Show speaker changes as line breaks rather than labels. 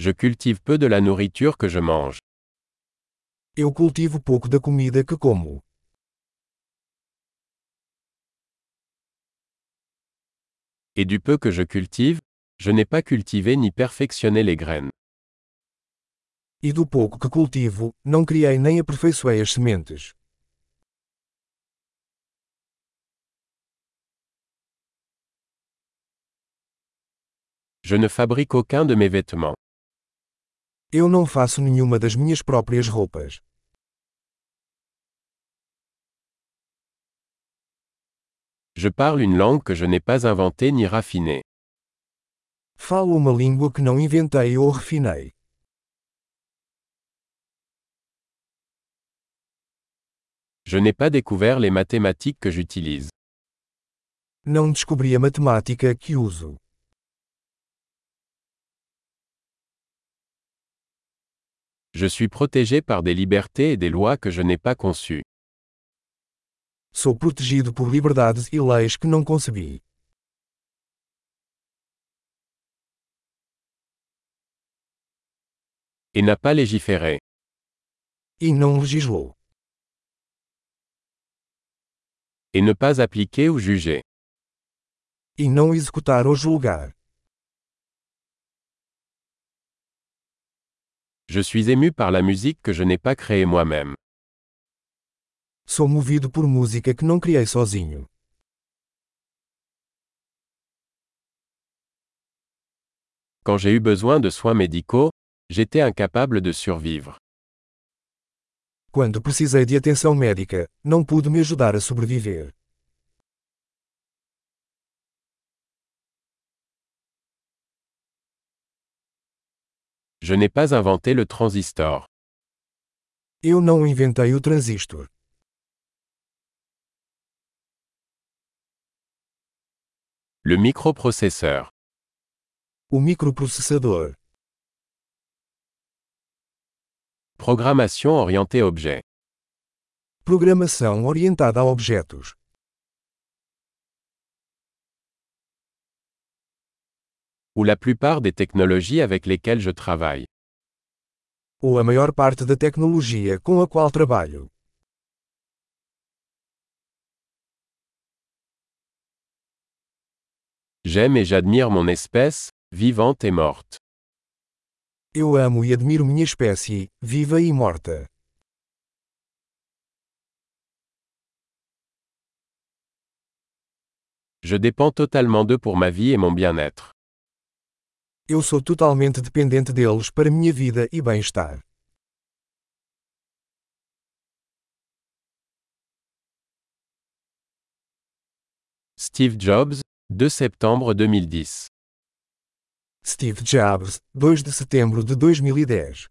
Je cultive peu de la nourriture que je mange.
Eu cultivo pouco da comida que como.
Et du peu que je cultive, je n'ai pas cultivé ni perfectionné les graines.
E do pouco que cultivo, não criei nem aperfeiçoei as sementes.
Je ne fabrique aucun de mes vêtements.
Eu não faço nenhuma das minhas próprias roupas.
Je parle une langue que je n'ai pas inventée ni raffinée.
Falo uma língua que não inventei ou refinei.
Je n'ai pas découvert les mathématiques que j'utilise.
Não descobri a matemática que uso.
Je suis protégé par des libertés et des lois que je n'ai pas conçues.
Sou protegido por liberdades e leis que não concebi.
Et n'a pas légiféré.
E não legislou.
Et ne pas appliquer ou juger.
E não executar ou julgar.
Je suis ému par la musique que je n'ai pas créée moi-même.
Sou movido por música que não criei sozinho.
Quand j'ai eu besoin de soins médicaux, j'étais incapable de survivre.
Quando precisei de atenção médica, não pude me ajudar a sobreviver.
Je n'ai pas inventé le transistor.
Eu não inventei o transistor.
Le microprocesseur.
O microprocessador.
Programmation orientée objet.
Programação orientada a objetos.
Ou la plupart des technologies avec lesquelles je travaille.
Ou a maior parte da tecnologia com a qual trabalho.
J'aime et j'admire mon espèce, vivante et morte.
Eu amo e admiro minha espécie, viva e morta.
Je dépends totalement d'eux pour ma vie et mon bien-être.
Eu sou totalmente dependente deles para minha vida e bem-estar.
Steve Jobs, 2 septembre 2010.
Steve Jobs, 2 de setembro de 2010.